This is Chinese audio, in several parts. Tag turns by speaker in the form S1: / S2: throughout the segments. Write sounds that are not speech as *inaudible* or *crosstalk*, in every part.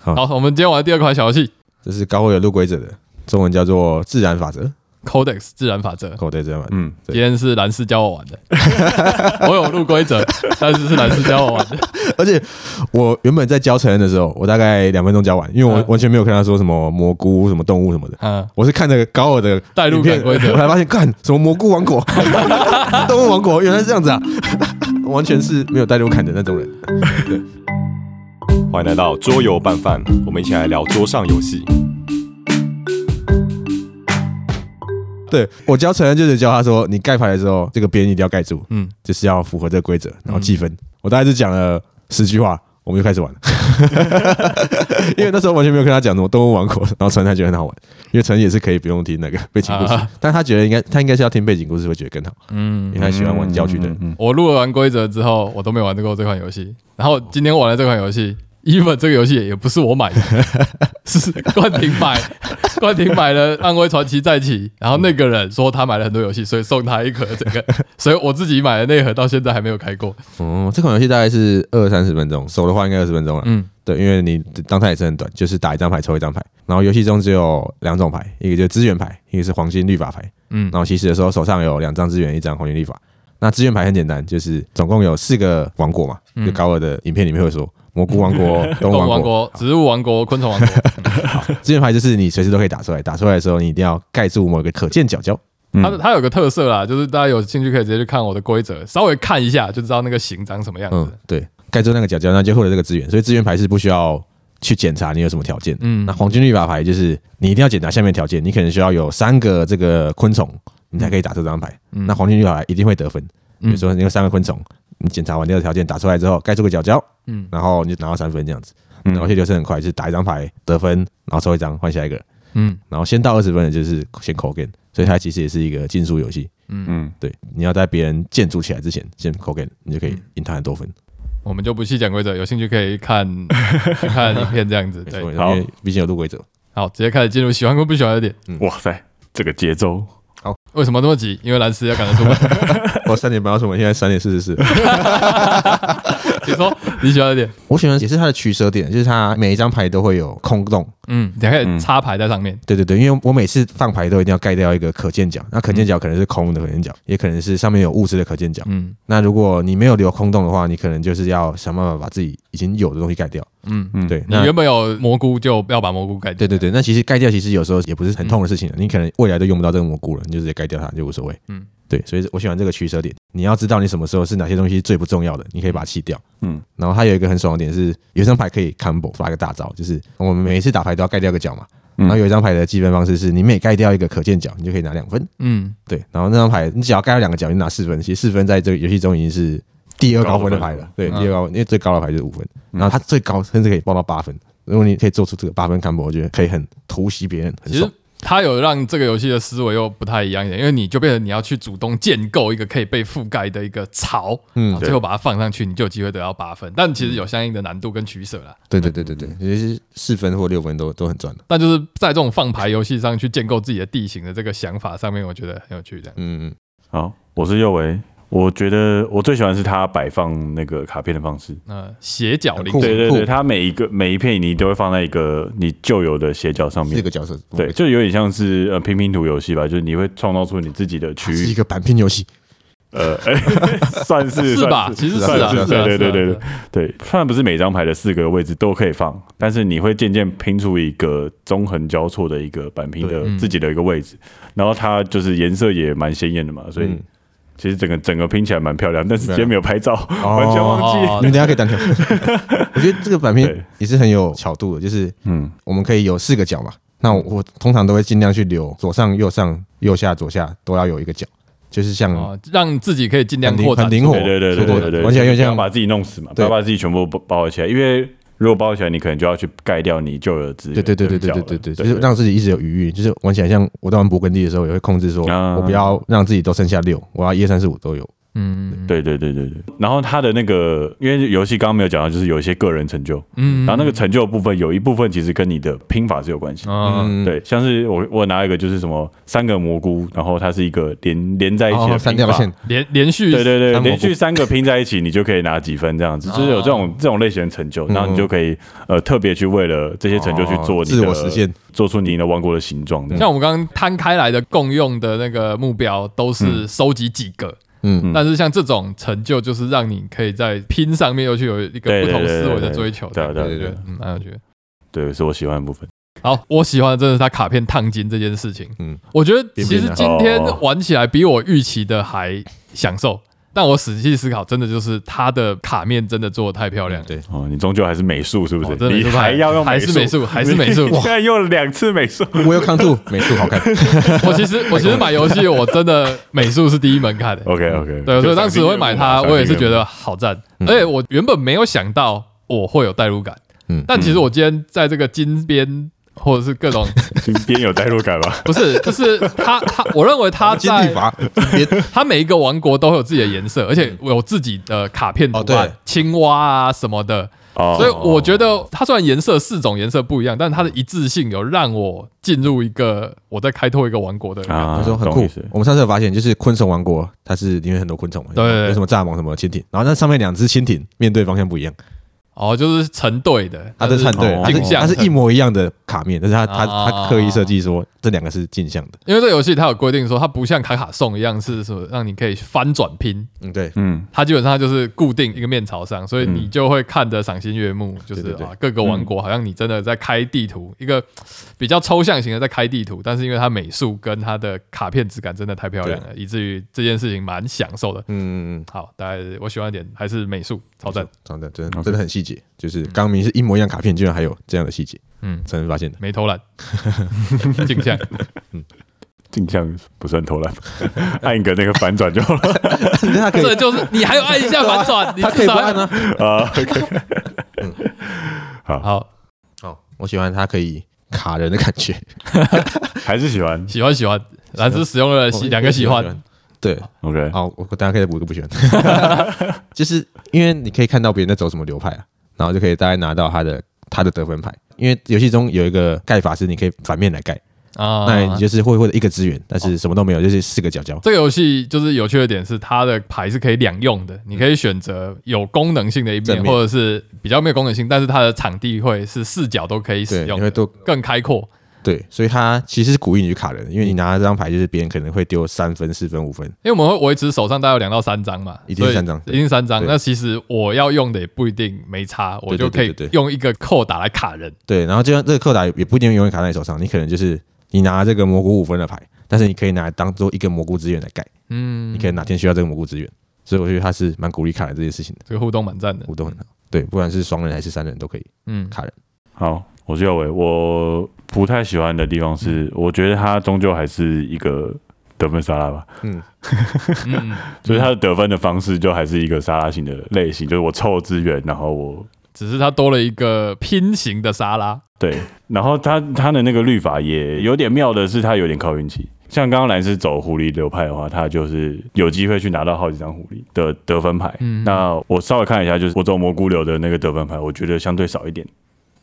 S1: 好
S2: 好，我们今天玩第二款小游戏
S1: 这是高会有路规则的，中文叫做自然法则。
S2: 嗯 Codex 自然法则。
S1: 口袋这样玩，
S3: 嗯，
S1: 哦对
S2: 今天是蓝斯教我玩的， *laughs* 我有入规则，但是是蓝斯教我玩的。 *laughs*
S1: 而且我原本在教成人的时候，我大概两分钟教完，因为我
S2: 嗯
S1: 完全没有看他说什么蘑菇、什么动物什么的。
S2: 嗯，
S1: 我是看那个高尔的
S2: 带入
S1: 影片
S2: 感规则
S1: 我才发现，干什么蘑菇王国、 *laughs* 动物王国，原来是这样子啊！ *laughs* 完全是没有带入感的那种人。
S3: 欢迎来到桌游拌饭，我们一起来聊桌上游戏。
S1: 对我教成人就是教他说，你盖牌的时候，这个边一定要盖住，
S2: 嗯
S1: 嗯，就是要符合这个规则，然后计分。我大概是讲了十句话，我们就开始玩
S2: *laughs*
S1: 了，因为那时候完全没有跟他讲什么动物王国，然后陈他觉得很好玩，因为陈也是可以不用听那个背景故事，
S2: 啊
S1: 但他觉得应该他应该是要听背景故事会觉得更好，嗯，因为他喜欢玩教区的
S3: 嗯
S1: 人，
S2: 我录了完规则之后，我都没玩过这款游戏。然后今天玩了这款游戏，even 这个游戏也不是我买的， *laughs* 是冠廷买。 *laughs* 冠廷买了《暗徽传奇再起》，然后那个人说他买了很多游戏，所以送他一盒这个。 *laughs* 所以我自己买的那盒到现在还没有开过。
S1: 哦，这款游戏大概是二三十分钟，手的话应该二十分钟了。
S2: 嗯
S1: 嗯，对，因为你当它也是很短，就是打一张牌抽一张牌，然后游戏中只有两种牌，一个就是资源牌，一个是黄金律法牌。
S2: 嗯
S1: 嗯，然后起始的时候手上有两张资源，一张黄金律法。那资源牌很简单，就是总共有四个王国嘛，就高尔的影片里面会说蘑菇王国、 *laughs*
S2: 动
S1: 动物
S2: 物
S1: 嗯王
S2: 王
S1: 国。
S2: 国、植物王国、昆虫王国，
S1: 资源牌就是你随时都可以打出来，打出来的时候你一定要盖住某一个可见角角。
S2: 它的它有个特色啦，就是大家有兴趣可以直接去看我的规则，稍微看一下就知道那个形长什么样
S1: 嗯
S2: 子。，
S1: 对，盖住那个角角，那就获得这个资源。所以资源牌是不需要去检查你有什么条件。
S2: 嗯
S1: 那黄金律法牌就是你一定要检查下面条件，你可能需要有三个这个昆虫，你才可以打出这张牌。那黄金律法牌一定会得分。比如说你有三个昆虫，你检查完第二个条件打出来之后，盖住个角角，
S2: 嗯
S1: 嗯，然后你就拿到三分这样子。
S3: 嗯
S1: 然后游戏流程很快，就是打一张牌得分，然后抽一张换下一个，
S2: 嗯
S1: 然后先到二十分的就是先扣 game，所以它其实也是一个竞速游戏。
S3: 嗯，
S1: 对，你要在别人建筑起来之前先扣 game，你就可以赢他很多分。
S2: 我们就不细讲规则，有兴趣可以看 *laughs* 去看影片这样子。对
S1: 没错，
S3: 好
S1: 因为毕竟有入规则。
S2: 好，直接开始进入喜欢跟不喜欢的点。
S3: 哇塞，这个节奏，
S2: 为什么那么急？因为蓝斯要赶着出
S1: *laughs*
S2: 门。
S1: 我哦三点半要出门，现在三点四十四。
S2: 你说你喜欢的点，
S1: *laughs* 我喜欢也是它的取舍点，就是它每一张牌都会有空洞。
S2: 嗯，你还可以插牌在上面。
S1: 对对对，因为我每次放牌都一定要盖掉一个可见角，那可见角可能是空的可见角，也可能是上面有物质的可见角。
S2: 嗯
S1: 那如果你没有留空洞的话，你可能就是要想办法把自己已经有的东西盖掉。
S2: 嗯，
S3: 嗯
S1: 对，
S2: 你
S1: 那
S2: 原本有蘑菇就要把蘑菇盖掉。
S1: 对对对，那其实盖掉其实有时候也不是很痛的事情了，啊你可能未来都用不到这个蘑菇了，你就直接盖掉它就无所谓。
S2: 嗯
S1: 嗯，对，所以我喜欢这个取舍点，你要知道你什么时候是哪些东西最不重要的，你可以把它弃掉。
S3: 嗯
S1: 嗯，然后它有一个很爽的点是，有一张牌可以 combo 发个大招，就是我们每一次打牌都要盖掉个角嘛，然后有一张牌的积分方式是你每盖掉一个可见角，你就可以拿两分。
S2: 嗯，
S1: 对，然后那张牌你只要盖掉两个角，你拿四分，其实四分在这个游戏中已经是。第二高分的牌了，嗯对，
S2: 嗯
S1: 第二高分，因为最高的牌就是五分，然后它最高甚至可以报到八分。如果你可以做出这个八分 combo，我觉得可以很突袭别人，很
S2: 其实
S1: 爽。
S2: 它有让这个游戏的思维又不太一样一点，因为你就变成你要去主动建构一个可以被覆盖的一个槽，
S1: 嗯
S2: 然后最后把它放上去，你就有机会得到八分。但其实有相应的难度跟取舍啦。
S1: 对对对对对，嗯其实四分或六分都都很赚的。
S2: 但就是在这种放牌游戏上去建构自己的地形的这个想法上面，我觉得很有趣。这样，
S1: 嗯，
S3: 好，我是右维。我觉得我最喜欢是它摆放那个卡片的方式，
S2: 嗯，斜角零
S1: 很酷
S3: 对对
S1: 酷
S3: 对，它每一个每一片你都会放在一个你旧有的斜角上
S1: 四
S3: 面，
S1: 个角色，
S3: 对，就有点像是呃拼拼图游戏吧，就是你会创造出你自己的区
S1: 它是一
S3: *laughs* 域，
S1: 个板拼游戏。
S3: 呃， *laughs* 哎算是
S2: 是吧？
S3: 算
S2: 其实
S1: 是
S2: 是
S1: 啊
S2: 啊，
S1: 是啊
S2: 是啊
S3: 对对对对。
S2: 是啊是
S3: 对
S2: 啊
S3: 对，虽然不是每张牌的四个位置都可以放，但是你会渐渐拼出一个纵横交错的一个板拼的
S1: 对
S2: 嗯
S3: 自己的一个位置，然后它就是颜色也蛮鲜艳的嘛，所以
S1: 嗯
S3: 其实整个整个拼起来蛮漂亮，但是今天没有拍照，
S1: 哦
S3: 完全忘记。
S2: 哦
S1: 你们等一下可以 *laughs* 单挑。我觉得这个板
S3: 对
S1: 拼也是很有巧度的，就是
S3: 嗯
S1: 我们可以有四个角嘛。那我我通常都会尽量去留左上、右上、右下、左下都要有一个角，就是像
S2: 哦，让自己可以尽量
S1: 很灵
S2: 扩展
S1: 很灵活，
S3: 对对对
S1: 对
S3: 对对对，
S1: 完全有点
S3: 不要
S1: 像
S3: 把自己弄死嘛，不
S1: 对
S3: 要把自己全部包包起来，因为如果包起来，你可能就要去盖掉你旧有的资源
S1: 对对对对
S3: 跟
S1: 对
S3: 角
S1: 对
S3: 了
S1: 对对，就是让自己一直有余裕，就是玩起来像我在玩勃艮第的时候，也会控制说，
S3: 啊
S1: 我不要让自己都剩下六，我要一二三四五都有。
S2: 嗯
S3: 对对对对对。然后它的那个，因为游戏刚刚没有讲到，就是有一些个人成就，
S2: 嗯
S3: 然后那个成就的部分有一部分其实跟你的拼法是有关系。
S2: 啊，
S1: 嗯，
S3: 对，像是我我拿一个就是什么三个蘑菇，然后它是一个连连在一起的拼
S1: 哦，
S3: 法，
S1: 三条线，
S2: 连连续
S3: 对对对，
S1: 三蘑菇
S3: 连续三个拼在一起，你就可以拿几分这样子，就是有这
S2: 哦
S3: 种这种类型的成
S1: 嗯
S3: 就，然后你就可以呃特别去为了这些成就去做你的
S1: 哦自我实现，
S3: 做出你的王国的形状这样。
S2: 像我们刚刚摊开来的共用的那个目标都是收集几个，
S1: 嗯，
S2: 但是像这种成就，就是让你可以在拼上面又去有一个
S3: 对
S2: 不
S3: 对
S2: 同思维
S3: 对
S2: 的
S3: 对
S2: 追求。
S3: 对啊对啊
S2: 对
S1: 对
S2: 对，嗯，蛮有趣的。
S3: 对，是我喜欢的部分。
S2: 好，我喜欢的真的是他卡片烫金这件事情。嗯
S1: 嗯，
S2: 我觉得其实今天
S3: 边边的哦
S2: 玩起来比我预期的还享受，但我仔细思考，真的就是他的卡面真的做的太漂亮了。
S1: 对
S3: 哦，你终究还是美术是不
S2: 哦
S3: 是？
S2: 真的
S3: 你
S2: 是太
S3: 还要用
S2: 还是美术还是美术
S3: 你 *laughs* 现在用了两次美术。
S1: 我有抗住，美术好
S3: *laughs*
S1: 看，
S2: 我其
S1: *laughs*
S2: 实我其实买游戏，我真的美术是第一门
S1: 哦
S2: 槛的。
S3: OK OK，
S2: 对，所以当时会买它，我也是觉得好赞，而且我原本没有想到我会有代入感。嗯
S1: 嗯，
S2: 但其实我今天在这个金边或者是各种，？
S3: 金边有代入感吧
S2: 不是，就是他他，我认为他
S1: 哦金体
S2: 在
S1: 罚，别
S2: 他每一个王国都会有自己的颜色，而且有自己的卡片图
S1: 嗯哦对
S2: 案，青蛙啊什么的。
S3: 哦
S2: 所以我觉得它虽然颜色四种颜色不一样，但它的一致性有让我进入一个我在开拓一个王国的感觉。
S3: 啊
S1: 我说很
S3: 懂
S1: 酷
S3: 意思。
S1: 我们上次有发现，就是昆虫王国，它是里面很多昆虫嘛，
S2: 对对对
S1: 有什么蚱蜢、什么蜻蜓，然后那上面两只蜻蜓面对方向不一样，
S2: 哦，就是成对的，
S1: 它啊是
S2: 但
S1: 看对
S3: 哦，
S1: 它
S2: 镜
S1: 是
S2: 像
S1: 它是一模一样的卡面，但是它它
S2: 啊
S1: 它刻意设计说这两个是镜像的，
S2: 因为这个游戏它有规定说，它不像卡卡颂一样是什么让你可以翻转拼，
S1: 嗯，对，
S3: 嗯，
S2: 它基本上它就是固定一个面朝上，所以你就会看得赏心悦目，就是
S1: 嗯对对对嗯
S2: 啊各个王国好像你真的在开地图，一个比较抽象型的在开地图，但是因为它美术跟它的卡片质感真的太漂亮了，以至于这件事情蛮享受的。
S1: 嗯嗯嗯，
S2: 好，大概我喜欢一点还是美术，超赞，
S1: 长得真
S3: OK
S1: 的真的很细节，就是刚明明是一模一样卡片，居然还有这样的细节，
S2: 嗯
S1: 嗯，才能发
S3: *laughs*
S1: 现的。
S2: 没
S1: *laughs*
S2: 偷懒，镜像。
S3: 镜像不算 *laughs* 偷懒，按一个那个反转就好 *laughs* 了
S1: 它可
S2: 这
S1: 以
S2: 就是你还有按一下反转，
S1: *laughs*
S2: 你
S1: 它可
S2: 至
S1: 以不
S2: 少 *laughs*
S1: 按啊呢？
S3: 啊。OK，
S2: 好，
S1: 哦，我喜欢它可以卡人的感
S2: *laughs*
S1: 觉，
S3: 还是喜欢
S2: 喜欢喜欢，蓝之使用
S1: 哦
S2: 了喜两个喜欢，。
S1: 对，
S3: OK。
S1: 好，我大家可以补个不喜欢，
S3: *laughs*
S1: *laughs* 就是因为你可以看到别人在走什么流派啊，然后就可以大概拿到他的他的得分牌。因为游戏中有一个盖法是你可以反面来盖，
S2: 啊，
S1: 那你就是会获得一个资源，但是什么都没有，就是四个角角。
S2: 这个游戏就是有趣的点是，它的牌是可以两用的，你可以选择有功能性的一面，
S1: 正面
S2: 或者是比较没有功能性，但是它的场地会是视角都可以使
S1: 对，
S2: 用
S1: 你，会多
S2: 更开阔。
S1: 对，所以他其实是鼓励你去卡人，因为你拿这张牌，就是别人可能会丢三分、四分、五分，
S2: 因为我们会维持手上大概有两到三张嘛，
S1: 一定是三张
S2: 所以一定是三张。
S1: 对
S2: 那其实我要用的也不一定没差，我
S1: 对对
S2: 就可以
S1: 对对对
S2: 用一个扣打来卡人。
S1: 对，然后就像这个扣打也不一定永远卡在你手上，你可能就是你拿这个蘑菇五分的牌，但是你可以拿来当做一个蘑菇资源来盖，
S2: 嗯，
S1: 你可能哪天需要这个蘑菇资源，所以我觉得他是蛮鼓励卡人这件事情的。
S2: 这个互动蛮赞的。
S1: 互动很好。对，不管是双人还是三人都可以
S2: 嗯，
S1: 卡人。
S3: 好，我是耀伟。我不太喜欢的地方是，我觉得他终究还是一个得分沙拉吧，
S1: 嗯，
S2: 嗯嗯，
S3: 就是他的得分的方式就还是一个沙拉型的类型，就是我凑资源，然后我
S2: 只是它多了一个拼型的沙拉。
S3: 对，然后他他的那个律法也有点妙的是，他有点靠运气。像刚刚蓝是走狐狸流派的话，他就是有机会去拿到好几张狐狸的得分牌。
S2: 嗯
S3: 那我稍微看一下，就是我走蘑菇流的那个得分牌，我觉得相对少一点，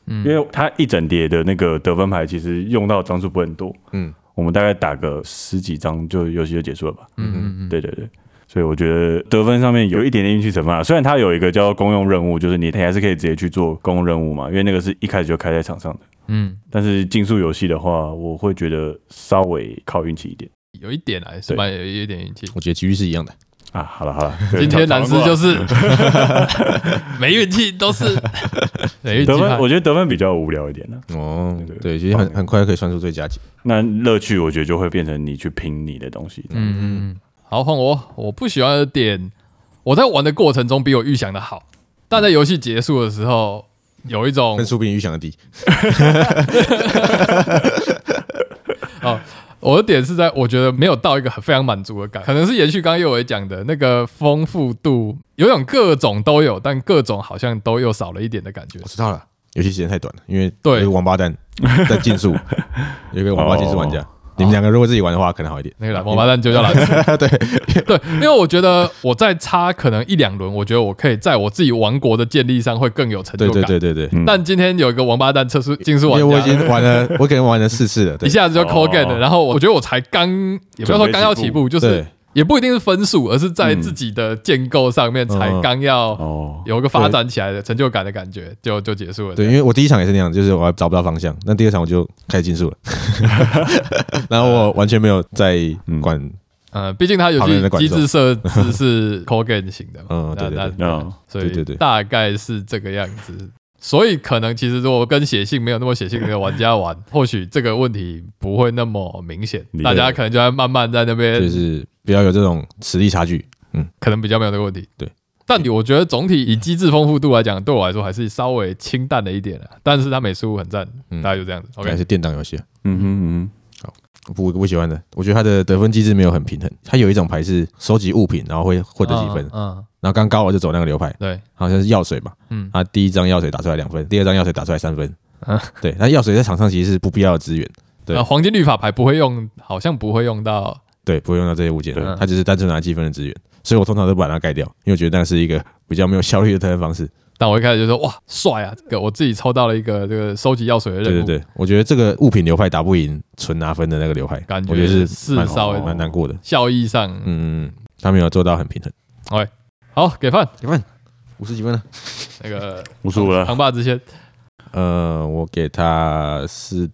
S2: 嗯
S3: 因为他一整叠的那个得分牌其实用到的张数不很多。
S1: 嗯，
S3: 我们大概打个十几张就游戏就结束了吧？
S2: 嗯嗯嗯，
S3: 对对对，所以我觉得得分上面有一点点运气成分啊。虽然它有一个叫公用任务，就是你你还是可以直接去做公用任务嘛，因为那个是一开始就开在场上的。
S2: 嗯，
S3: 但是竞速游戏的话，我会觉得稍微靠运气一点
S2: 有一点啊，是蛮有有一点运气。
S1: 我觉得局域是一样的。
S3: 啊。好了好了，
S2: 今天蓝斯就是
S3: 啊
S2: 是
S3: *laughs*
S2: 没运气，都是没运气
S3: 得分，
S2: 派
S3: 我。觉得得分比较无聊一点呢、啊
S1: 哦
S3: 对
S1: 对，其实很很快就可以算出最佳级。
S3: 那乐趣我觉得就会变成你去拼你的东西。嗯，
S2: 嗯嗯，好，换我。我不喜欢的点，我在玩的过程中比我预想的好，但在游戏结束的时候，有一种
S1: 分数比你预想的低。
S2: 我的点是在我觉得没有到一个很非常满足的感，可能是延续刚刚右伟讲的那个丰富度，有种各种都有，但各种好像都又少了一点的感觉
S1: 我。知道了，游戏时间太短了，因为
S2: 对
S1: 有一个王八蛋在竞速，有一个王八竞速玩家，你们两个如果自己玩的话，可能好一点。
S2: 那个啊王八蛋就叫
S1: *laughs*
S2: 蓝色。对对，因为我觉得我再差可能一两轮，我觉得我可以在我自己王国的建立上会更有成就
S1: 对
S2: 感。
S1: 对对对对，
S3: 嗯
S2: 但今天有一个王八蛋测试进入
S1: 因
S2: 玩
S1: 为
S2: 家，
S1: 我已经玩了，我可能玩了四次了。对
S2: 一，下子就 call game 了，
S3: 哦
S2: 然后我觉得我才刚，也不要说刚要起步， *laughs* 就是
S1: 对
S2: 也不一定是分数，而是在自己的建构上面才刚
S1: 嗯
S2: 要
S3: 哦，
S2: 有一个发展起来的成就感的感觉，就就结束了。
S1: 对，因为我第一场也是那样，就是我还找不到方向。那第二场我就开始
S2: *laughs*
S1: 竞速了，然后我完全没有在管，
S2: 呃，毕竟它游
S1: 旁边
S2: 戏
S1: 的观
S2: 机
S1: 众 *laughs*
S2: 制设置是 call game 型的嘛，
S1: 嗯对对
S2: 那
S1: 对
S2: 那
S3: 嗯
S2: 所
S1: 对
S2: 以
S1: 对对
S2: 大概是这个样子。所以可能其实如果跟写信没有那么写信的玩家
S1: *laughs*
S2: 玩，或许这个问题不会那么明显，
S3: 理解
S2: 大家可能就在慢慢在那边
S1: 就是不要有这种实力差距。
S2: 可能比较没有这个问题。
S1: 对，
S2: 但我觉得总体以机制丰富度来讲，对我来说还是稍微清淡了一点啊。但是它美术很赞，
S1: 嗯
S2: 大概就这样子。
S1: 还
S2: OK，
S1: 是电档游戏，
S3: 嗯哼嗯
S1: 我不我不喜欢的。我觉得它的得分机制没有很平衡，它有一种牌是收集物品，然后会获得几分。
S2: 嗯，嗯
S1: 然后刚高我就走那个流派，
S2: 对，
S1: 好像是药水嘛，
S2: 嗯
S1: 啊，第一张药水打出来两分，第二张药水打出来三分，
S2: 嗯
S1: 对，那药水在场上其实是不必要的资源，对
S2: 那黄金律法牌不会用，好像不会用到。
S1: 对，不会用到这些物件
S2: 啊
S3: 对，
S1: 它只是单纯拿来积分的资源，所以我通常都把它盖掉，因为我觉得那是一个比较没有效率的得分方式。
S2: 但我一开始就说哇帅啊，这个我自己抽到了一个这个收集药水的
S1: 对
S2: 任
S1: 对
S2: 务，
S1: 对，我觉得这个物品流派打不赢纯拿分的那个流派，
S2: 感觉
S1: 我觉得
S2: 是
S1: 蛮
S2: 稍微
S1: 蛮难过的，
S2: 效益上
S1: 嗯，嗯嗯他没有做到很平衡，
S2: 好给饭
S1: 几分？五十几分了？
S2: 那个
S3: 哼，五十五了，
S2: 扛把子先。
S1: 呃，我给他四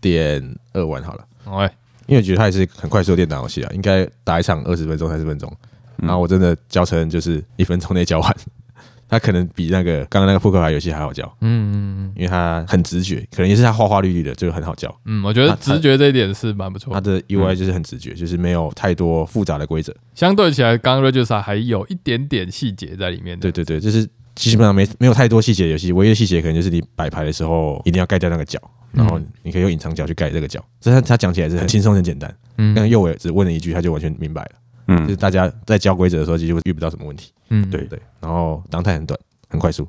S1: 点二万好了。
S2: 哎，
S1: 因为我觉得它也是很快速的电脑游戏啊，应该打一场二十分钟、三十分钟，
S3: 嗯
S1: 然后我真的教成就是一分钟内教完， *laughs* 它可能比那个刚刚那个扑克牌游戏还好教，
S2: 嗯嗯嗯
S1: 因为它很直觉，可能也是它花花绿绿的，就很好教。
S2: 嗯，我觉得
S1: 那它
S2: 直觉这一点是蛮不错
S1: 它
S2: 的。
S1: 的 UI 就是很直觉，就是没有太多复杂的规则。
S2: 相对起来，刚刚 Regis 还有一点点细节在里面的
S1: 对。对对，就是基本上没没有太多细节的游戏，唯一的细节可能就是你摆牌的时候一定要盖掉那个角，
S2: 嗯
S1: 然后你可以用隐藏角去盖这个角。这它它讲起来是很轻松、很简单。
S2: 嗯
S1: 但右尾只问了一句，他就完全明白了。就是
S3: 嗯，
S1: 大家在教规则的时候，其实遇不到什么问题。
S2: 嗯
S1: 对对，然后档态很短，很快速，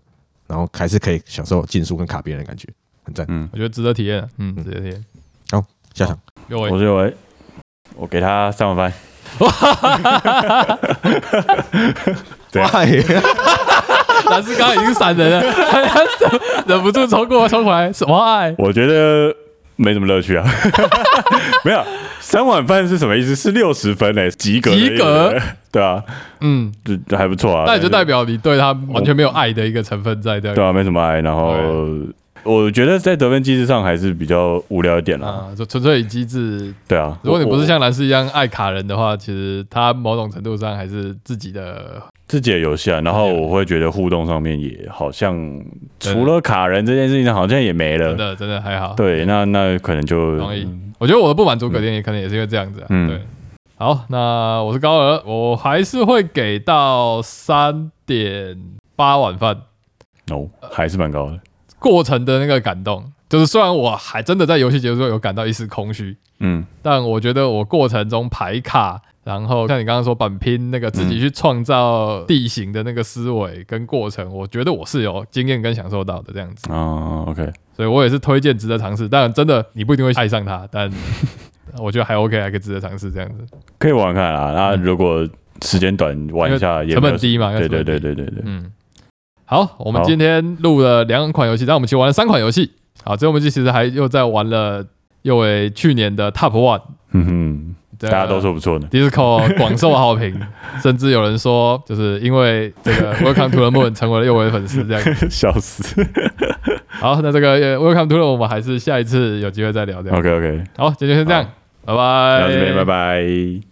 S1: 然后还是可以享受竞速跟卡别人的感觉，很赞。
S3: 嗯
S2: 我，觉得值得体验啊，嗯，
S1: 嗯
S2: 值得体验。
S1: 下场
S2: 六位 *laughs*
S3: 我，是 *laughs* 我，我给他三万番，对
S2: 蓝斯刚刚已经闪人了， *laughs* 他忍不住冲过冲回来，什么爱？
S3: 我觉得没什么乐趣
S2: *laughs*
S3: 啊，没有三碗饭是什么意思？是六十分嘞、欸及格的意思
S2: 及格，
S3: 对啊，
S2: 嗯，
S3: 这这还不错啊。
S2: 那也就代
S3: 表
S2: 表你对他完全没有爱的一个成分在这
S3: 对
S2: 样。
S3: 啊，没什么爱。然后我觉得在得分机制上还是比较无聊一点啦。
S2: 啊，就纯粹以机制。
S3: 对啊，
S2: 如果你不
S3: 我
S2: 是像蓝斯一样爱卡人的话，其实他某种程度上还是自己的，
S3: 自己的游戏啊，然后我会觉得互动上面也好像
S2: 对
S3: 除了卡人这件事情上好像也没
S2: 真
S3: 了。
S2: 的真的还好。
S3: 对，那那可能就
S2: 同意我觉得我的不满足可能也可能也是因为这样子啊。
S3: 嗯
S2: 对。好，那我是高额，我还是会给到三点八碗饭。
S3: 哦，
S2: 呃
S3: 还是蛮高的。
S2: 过程的那个感动，就是虽然我还真的在游戏结束之后有感到一丝空虚，
S3: 嗯
S2: 但我觉得我过程中排卡，然后像你刚刚说板拼那个自己去创造地形的那个思维跟过程，我觉得我是有经验跟享受到的这样子，
S3: 啊，OK，
S2: 所以我也是推荐值得尝试。但真的你不一定会爱上它，但我觉得还 OK，还可以值得尝试这样子，
S3: 可以玩玩看啊。那如果时间短玩一下
S2: 嗯
S3: 也
S2: 成
S3: 没有
S2: 本低嘛，
S3: 对对对
S2: 对，
S3: 对对对，
S2: 嗯。好，我们
S3: 好
S2: 今天录了两款游戏，但我们其实玩了三款游戏。好，这我们其实还又在玩了，又为去年的 Top One，
S3: 嗯哼，
S2: 大
S3: 大家都说不错呢。
S2: Disco *laughs* 广受好评，甚至有人说，就是因为这个 Welcome to the Moon 成为了右维粉丝这样。
S3: *laughs* 笑死。
S2: 好，那这个呃 Welcome to the Moon 我们还是下一次有机会再聊这样。
S3: OK OK，
S2: 好，今天就先这样，拜拜，
S3: 到这边，拜拜。